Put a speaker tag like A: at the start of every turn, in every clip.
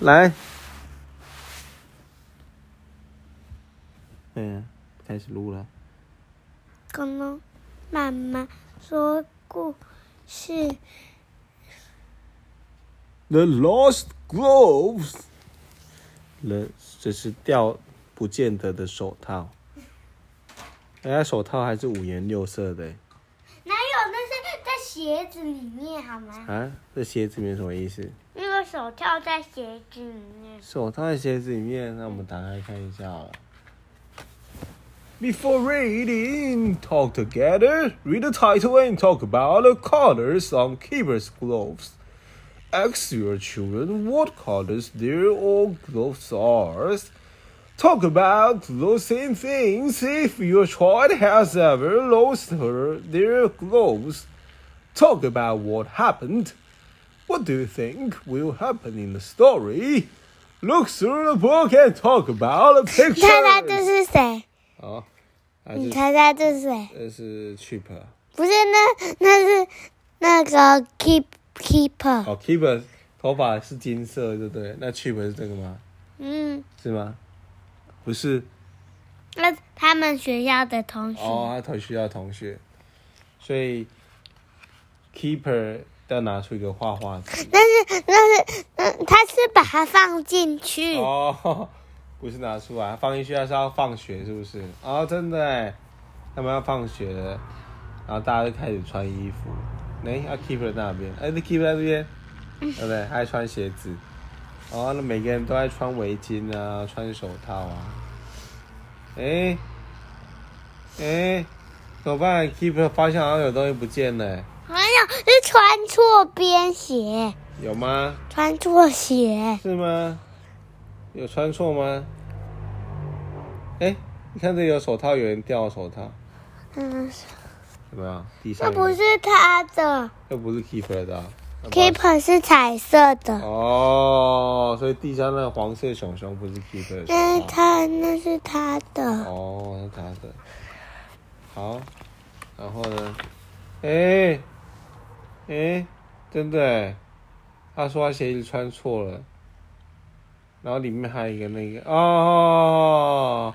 A: 来，嗯，开始录了。
B: 刚刚妈妈说故事，
A: The Lost Gloves。人，这是掉不见得的手套。人家手套还是五颜六色的欸
B: 哪有那是在鞋子里面好吗？
A: 啊！这鞋子里面什么意思？
B: 那个手套在鞋子里面。
A: 手套在鞋子里面，那我们打开看一下好了。Before reading, talk together. Read the title and talk about the colors on keeper's gloves. Ask your children what colors their own gloves are. Talk about those same things if your child has ever lost her their gloves. Talk about what happened. What do you think will happen in the story? Look through the book and talk about the
B: 你猜猜这
A: pictures. Ah,
B: 是谁？
A: 好，还
B: 你
A: 是
B: 猜猜这是谁？
A: 这是 cheap 啊
B: 不是那那是那个 keep keeper。
A: 哦，keep Oh, 头发是金色，对不对？那 cheap 是这个吗？
B: 嗯，
A: 是吗？不是
B: 那他们学校的同学。
A: 哦，他同需要同学，所以 keeper 要拿出一个画画纸
B: 那是那是嗯，他是把它放进去。
A: 哦，不是拿出来放进去，他是要放学是不是？哦，真的哎，他们要放学了，然后大家就开始穿衣服。哎，啊 keeper 在那边，哎那，keeper 在这边，对不对？还穿鞋子，哦，那每个人都在穿围巾啊，穿手套啊。哎，哎，怎么办？keeper 发现好像有东西不见了欸，
B: 没有，哎是穿错边鞋，
A: 有吗？
B: 穿错鞋。
A: 是吗？有穿错吗？哎、你看这里有手套，有人掉了手套，
B: 嗯，
A: 有没有？地上
B: 这
A: 有
B: 不是他的
A: 又不是 keeper 的啊、那不
B: ，keeper 是彩色的。
A: 哦，所以地上那个黄色熊熊不是 keeper 的
B: 那
A: 手
B: 是
A: 套
B: 他那是他的，
A: 哦，那他的好，然后呢？哎、哎、真的欸，他说他鞋子穿错了，然后里面还有一个那个哦，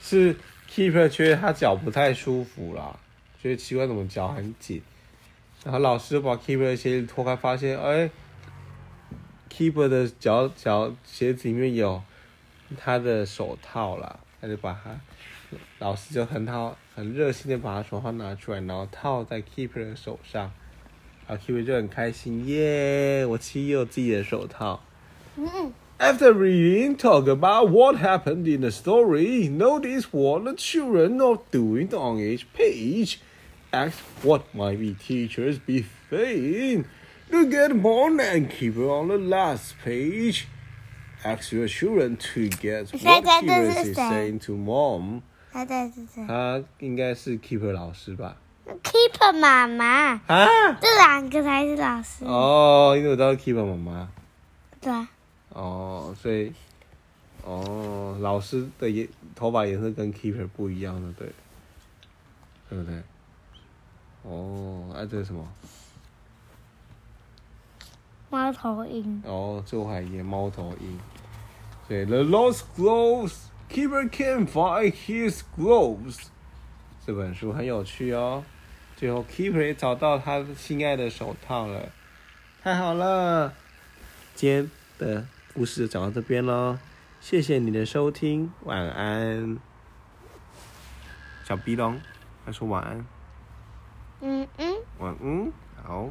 A: 是 keeper 觉得他脚不太舒服啦，觉得奇怪怎么脚很紧，然后老师就把 keeper 的鞋子脱开，发现哎、keeper 的脚脚鞋子里面有他的手套啦，他就把他老师就很好很热心的把他手套拿出来，然后套在 keeper 的手上，然后 keeper 就很开心，耶，我其实也有自己的手套。
B: 嗯，
A: After reading, talk about what happened in the story. Notice what the children are doing on each page. Ask what might be teachers be saying. Look at one and keep it on the last page. Ask your children to guess what
B: 现在这是
A: keepers is
B: 谁？
A: saying to mom.
B: 他的是谁
A: 他应该是 keeper 老师吧？
B: ？keeper 妈妈，
A: 啊？
B: 这两个才是老师，
A: 哦，你怎么知道 keeper 妈妈？
B: 对啊，
A: 哦，所以，哦，老师的颜头发颜色跟 keeper 不一样的，对，对不对？哦，啊，这是什么？
B: 猫头鹰。
A: 哦，周海燕猫头鹰。所以 The Lost Gloves Keeper can find his gloves。这本书很有趣哦。最后 Keeper 也找到他心爱的手套了，太好了！今天的故事就讲到这边喽，谢谢你的收听，晚安。小鼻龙，他说晚安，
B: 嗯嗯。
A: 晚安，好。